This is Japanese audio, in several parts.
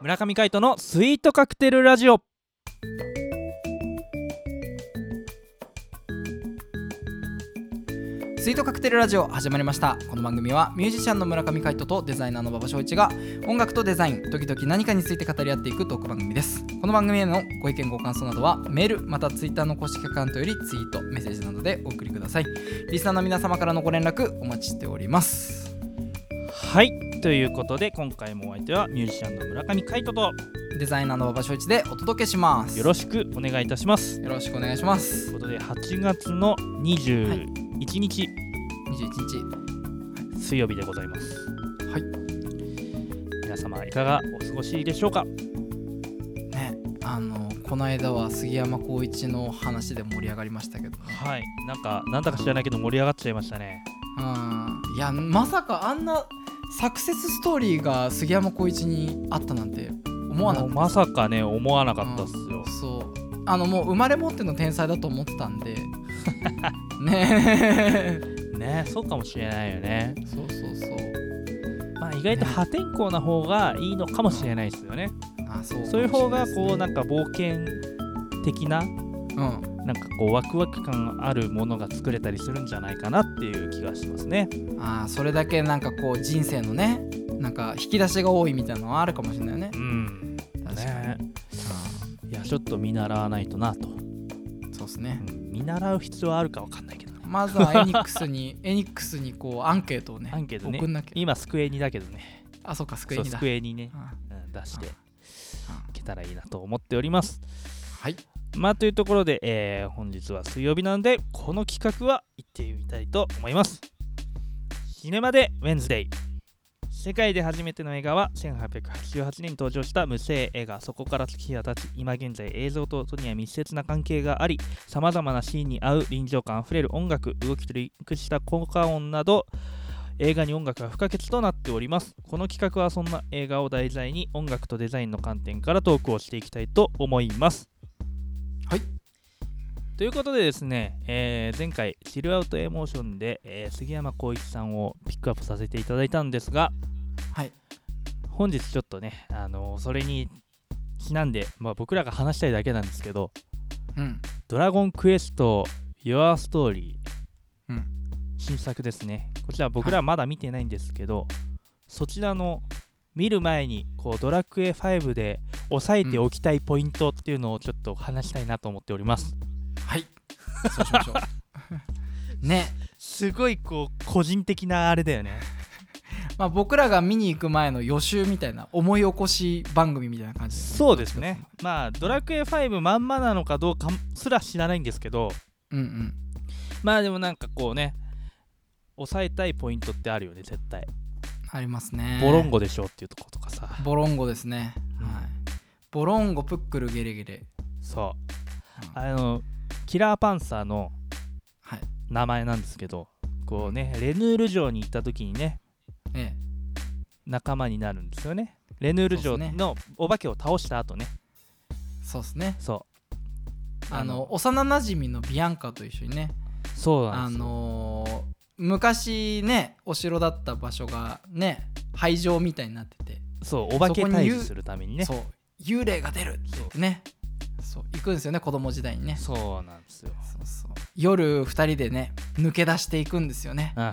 村上海人のスイートカクテルラジオスイートカクテルラジオ始まりましたこの番組はミュージシャンの村上海人とデザイナーの馬場翔一が音楽とデザイン時々何かについて語り合っていくトーク番組ですこの番組へのご意見ご感想などはメールまたツイッターの公式アカウントよりツイートメッセージなどでお送りくださいリスナーの皆様からのご連絡お待ちしておりますはいということで今回もお相手はミュージシャンの村上海人とデザイナーの馬場翔一でお届けしますよろしくお願いいたしますよろしくお願いしまといすうことで8月の21日、 21水曜日でございますはい皆様いかがお過ごしでしょうか日ねあのこの間は杉山浩一の話で盛り上がりましたけどねはいなんかなんだか知らないけど盛り上がっちゃいましたねうんいやまさかあんなサクセスストーリーが杉山浩一にあったなんて思わなかもっうまさかね思わなかったっすよた、そうあのもう生まれ持っての天才だと思ってた んでねえねそうかもしれないよねそうそうそうまあ意外とね破天荒な方がいいのかもしれないですよねあそうそういう方がこうなんかんか冒険的なもしれないですね、なんかこうワクワク感あるものが作れたりするんじゃないかなっていう気がしますねうん、あーそれだけなんかこう人生のねなんか引き出しが多いみたいなのはあるかもしれないよねうん確かに、ねいやちょっと見習わないとなと、うんそうですねうん見習う必要はあるかわかんないけどねまずはエニック スにエニックスにこうアンケートをねアンケートね送んなきゃ今スクエニだけどねあそうかスクエそうニスだクエニね、うんうん、出していうんけたらいいなと思っておりますはいまあというところで、えー本日は水曜日なのでこの企画は行ってみたいと思いますシネマでウェンズデイ世界で初めての映画は1888年に登場した無声映画そこから月日が経ち今現在映像と音には密接な関係がありさまざまなシーンに合う臨場感あふれる音楽動きとリンクした効果音など映画に音楽が不可欠となっておりますこの企画はそんな映画を題材に音楽とデザインの観点からトークをしていきたいと思いますはいということでですね、えー前回「チルアウトエモーションで」えー杉山浩一さんをピックアップさせていただいたんですがはい本日ちょっとね、あのーそれにちなんで、まあ、僕らが話したいだけなんですけどうん「ドラゴンクエスト Your Story」うん新作ですねこちら僕らまだ見てないんですけど、そちらの見る前にこうドラクエ5で押さえておきたいポイントっていうのをちょっと話したいなと思っております。はいそうしましょ うねすごいこう個人的なあれだよね。まあ僕らが見に行く前の予習みたいな思い起こし番組みたいな感じですそうですね。まあ、ドラクエ5まんまなのかどうかすら知らないんですけど、うんうんまあでもなんかこうね、抑えたいポイントってあるよね、絶対。ありますねボロンゴでしょっていうとことかさ。ボロンゴですね、うんはいボロンゴプックルゲレゲレ、そう。うんあの、キラーパンサーのはい名前なんですけど、こうね、レヌール城に行った時にね、ええ仲間になるんですよね。レヌール城そうですのお化けを倒した後ね、そうですねそあの幼なじみのビアンカと一緒にねう、そうなんあですよ。のー昔ねお城だった場所がね廃城みたいになっててそう、お化けそこに退言う治するためにね。そう幽霊が出るって言ってねそう行くんですよね子供時代にねそうそうなんですよ。そう夜2人でね抜け出していくんですよねうん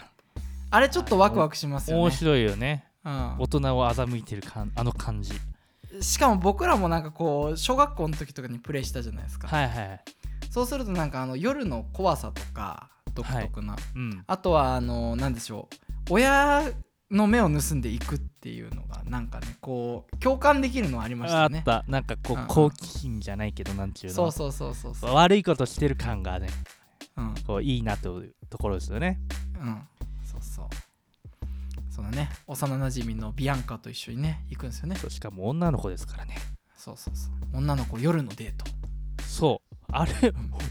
あれちょっとワクワクしますよ面ね、白いよねう大人を欺いてる感あの感じん、しかも僕らもなんかこう小学校の時とかにプレイしたじゃないですか、はいはいそうするとなんかあの夜の怖さとか独特な、うんあとはあの何でしょう親の目を盗んでいくっていうのがなんかねこう共感できるのはありましあたっねたなんかこううん好奇心じゃないけどなんちゅうのそうそうそうそうそう、悪いことしてる感がねうん、こういいなというところですよねうんそうそうそのね幼なじみのビアンカと一緒にね行くんですよねそうしかも女の子ですからねそうそうそう女の子夜のデートそうあれ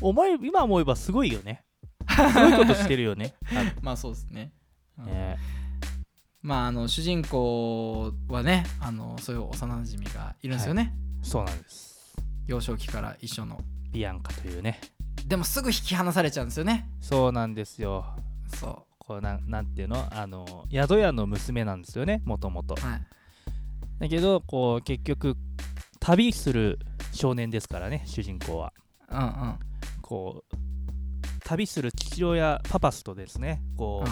思い今思えばすごいよねすごいことしてるよねまあそうですね、 うあんのねまああの主人公はねあのそういう幼なじみがいるんですよね、そうなんです幼少期から一緒のビアンカというねでもすぐ引き離されちゃうんですよねそうなんですよそこうなんなんていうのあの宿屋の娘なんですよねもともとうはいだけどこう結局旅する少年ですからね主人公はうんうんこう旅する父親パパスとですねこう、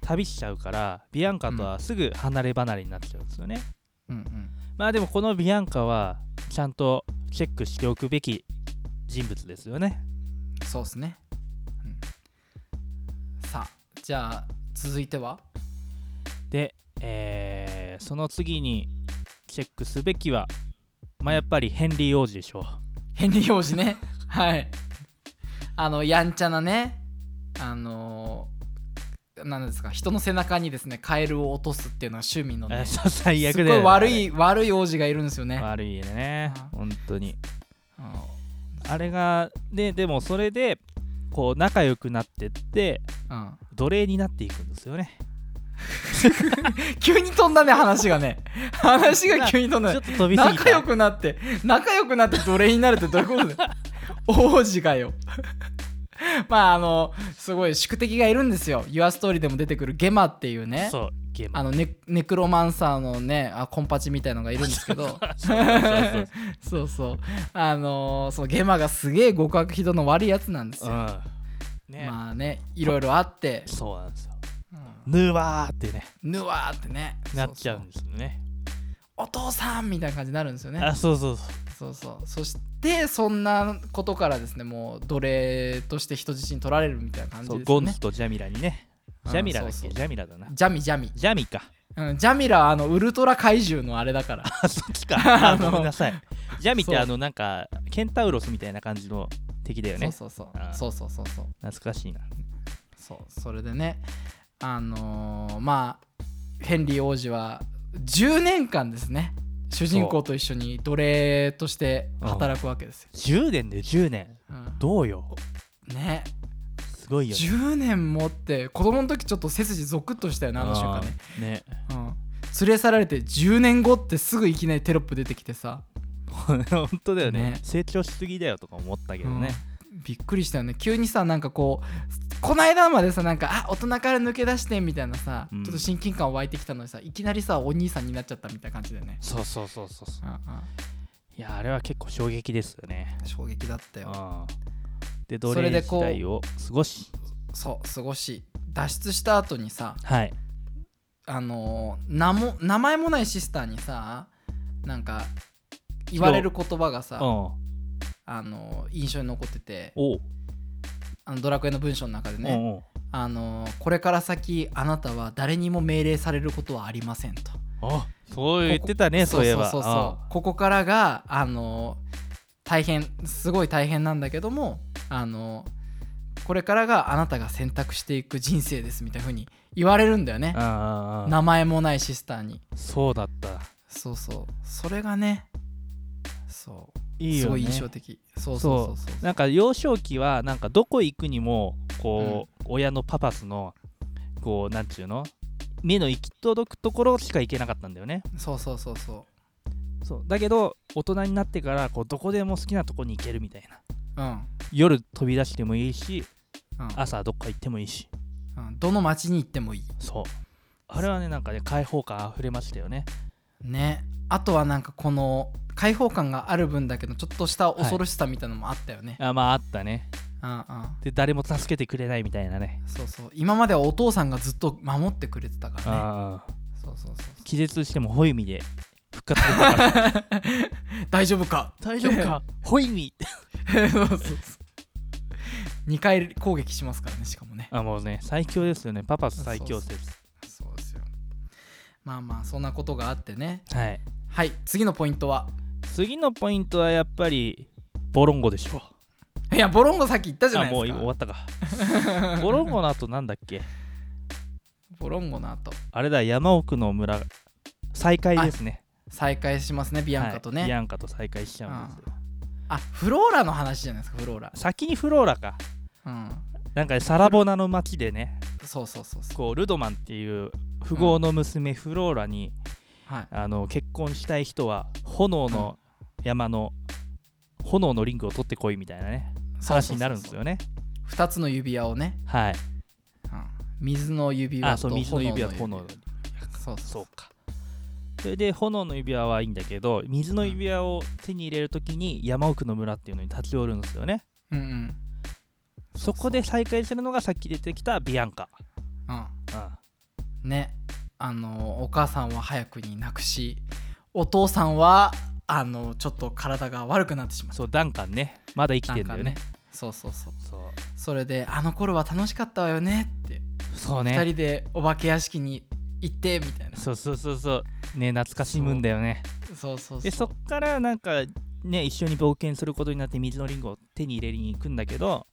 旅しちゃうからビアンカとはすぐ離れ離れになっちゃうんですよね、うんうんまあでもこのビアンカはちゃんとチェックしておくべき人物ですよねうんそうですね、うんさあじゃあ続いてはで、えーその次にチェックすべきはまあやっぱりヘンリー王子でしょうヘンリー王子ねはいあのやんちゃなねあのなんですか人の背中にですねカエルを落とすっていうのは趣味のえーねす そう最悪ごで、い悪い悪い王子がいるんですよね、悪いねあ本当にうんあれがででもそれでこう仲良くなってってうん、奴隷になっていくんですよね急に飛んだね話が ね話が急に飛んちょだっねと飛びすぎた仲良くなって仲良くなって奴隷になるってどういうこ とだよ王子がよまああのすごい宿敵がいるんですよ「Your Story」でも出てくるゲマっていうねそうゲームあのネネクロマンサーのねあコンパチみたいのがいるんです けど そう そうそうあのーそのゲマがすげえ極悪非道の悪いやつなんですそううよ、んね、まあねいろいろあって、そうなんですようんぬわーってねぬわーってねなっちゃうそんそですよねお父さんみたいな感じになるんですよねあそうそうそうそうそうそしてそんなことからですねもう奴隷として人質に取られるみたいな感じそうですゴよンねズとジャミラにねうんジャミラだっけそうそうジャミラだなジャミジャミ、ジャミかうん、ジャミラはあのウルトラ怪獣 のあれだからあそっち かああのごめんなさいジャミってそうあのなんかケンタウロスみたいな感じの敵だよねそうそうそうあーそうそうそうそう懐かしいなそうそれでねあのーまあヘンリー王子は10年間ですね主人公と一緒に奴隷として働くわけですよ、 10年で10年うんどうよねすごいよね10年もって子供の時ちょっと背筋ゾクッとしたよねあの瞬間ねうんねうん連れ去られて10年後ってすぐいきなりテロップ出てきてさ、 本当だよねね成長しすぎだよとか思ったけどね、うんびっくりしたよね急にさなんかこうこの間までさなんかあ大人から抜け出してみたいなさ、うんちょっと親近感湧いてきたのにさいきなりさお兄さんになっちゃったみたいな感じだよね、そうそうそうそうそううんういやあれは結構衝撃ですよねん、衝撃だったようんで奴それ隷で時こう代を過ごしそうすごし脱出した後にさはいあのー名も名前もないシスターにさなんか言われる言葉がうさん、おあのー印象に残っててうあのドラクエの文章の中でね、おうあのこれから先あなたは誰にも命令されることはありませんと。おうあそう言ってたねここそういえばそうそうそうここからがあの大変すごい大変なんだけどもあのこれからがあなたが選択していく人生ですみたいな風に言われるんだよねうん。うんうんうん名前もないシスターに。そうだったそうそうそれがねそういいすよごいね印象的。そうそうそうそう。なんか幼少期はなんかどこ行くにもこう、親のパパスのこうなんちゅうの目の行き届くところしか行けなかったんだよねそうそうそうそそうだけど大人になってからこうどこでも好きなとこに行けるみたいなう。うん。夜飛び出してもいいしうん朝どっか行ってもいいしうん、どの町に行ってもいい。そうあれはねなんかね開放感あふれましたよねねあとはなんかこの開放感がある分だけどちょっとした恐ろしさみたいなのもあったよね、あまああったねうんうんで誰も助けてくれないみたいなねそうそう今まではお父さんがずっと守ってくれてたからねああそうそうそう気絶してもホイミで復活できたから大丈夫か 大丈夫かホイミそうそうそう2回攻撃しますからねしかもねあもうね最強ですよねパパス最強説そうですよまあまあそんなことがあってねはいはい次のポイントは次のポイントはやっぱりボロンゴでしょいやボロンゴさっき言ったじゃあないでもうす終かわったか ボロンゴの後なんだっけ ボロンゴの後あれだ山奥の村再会ですね再会しますねビビアンカとね、ビアンカと再会しちゃうんですよあフローラの話じゃないですかフローラ先にフローラかうんなんかサラボナの町でねそうそうそうそうこうルドマンっていう富豪の娘フローラに、はいあの結婚したい人は炎の山の炎のリングを取ってこいみたいなね話になるんですよね。 2つの指輪をね、はい。うん水の指輪あ、とそう、炎の水の指輪と指炎輪の。そうそうそうか。それで炎の指輪はいいんだけど水の指輪を手に入れるときに山奥の村っていうのに立ち寄るんですよねうんうんそこで再会するのがさっき出てきたビアンカ、うんうん、ねあのお母さんは早くに亡くしお父さんはあのちょっと体が悪くなってしまっそうダンカンねまだ生きたてんだよねなんかそうそうそうそうそれで「あの頃は楽しかったわよね」って、そう二ね人でお化け屋敷に行ってみたいなそうそうそうそうね懐かしむんだよねそうそうでそそうっからなんかね一緒に冒険することになって水のリンゴを手に入れに行くんだけど、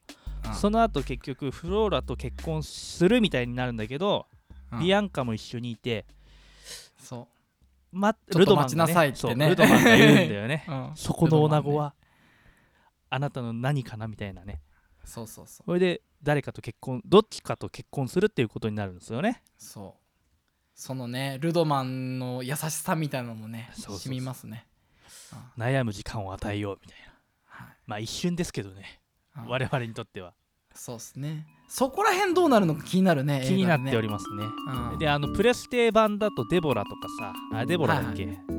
うんその後結局フローラと結婚するみたいになるんだけど、うんビアンカも一緒にいて、そま、とルドマンが、待ちなさいってねそうルドマンが言うんだよね う、うんそこの女子ルドマンねはあなたの何かなみたいなねそうそうそうそれで誰かと結婚どっちかと結婚するっていうことになるんですよねそうそのねルドマンの優しさみたいなのもねそうそうそう染みますね、悩む時間を与えようみたいなはいまあ一瞬ですけどねうん我々にとってはそうですねそこら辺どうなるのか気になるね気になっておりまますねす、うんであのプレステ版だとデボラとかさあデボラだっけ、うん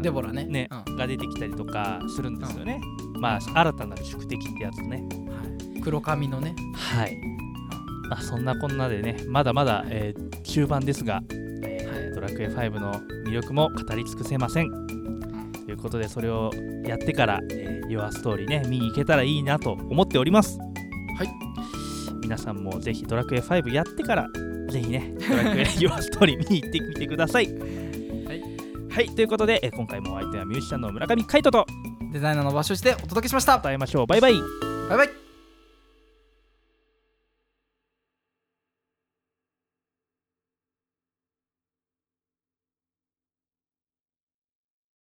デボラねねうんが出てきたりとかするんですよね、まあうん新たなる宿敵ってやつねはい黒髪のねはい、まあ、そんなこんなでねまだまだ、えー中盤ですが、えードラクエ5の魅力も語り尽くせませんということでそれをやってから「えー、Your Story ね」見に行けたらいいなと思っておりますはい皆さんもぜひドラクエ5やってからぜひねドラクエ Your Story 見に行ってみてくださいいはいということで、えー今回もお相手はミュージシャンの村上海人とデザイナーの場所してお届けしました伝えましょうバイバイバイバイ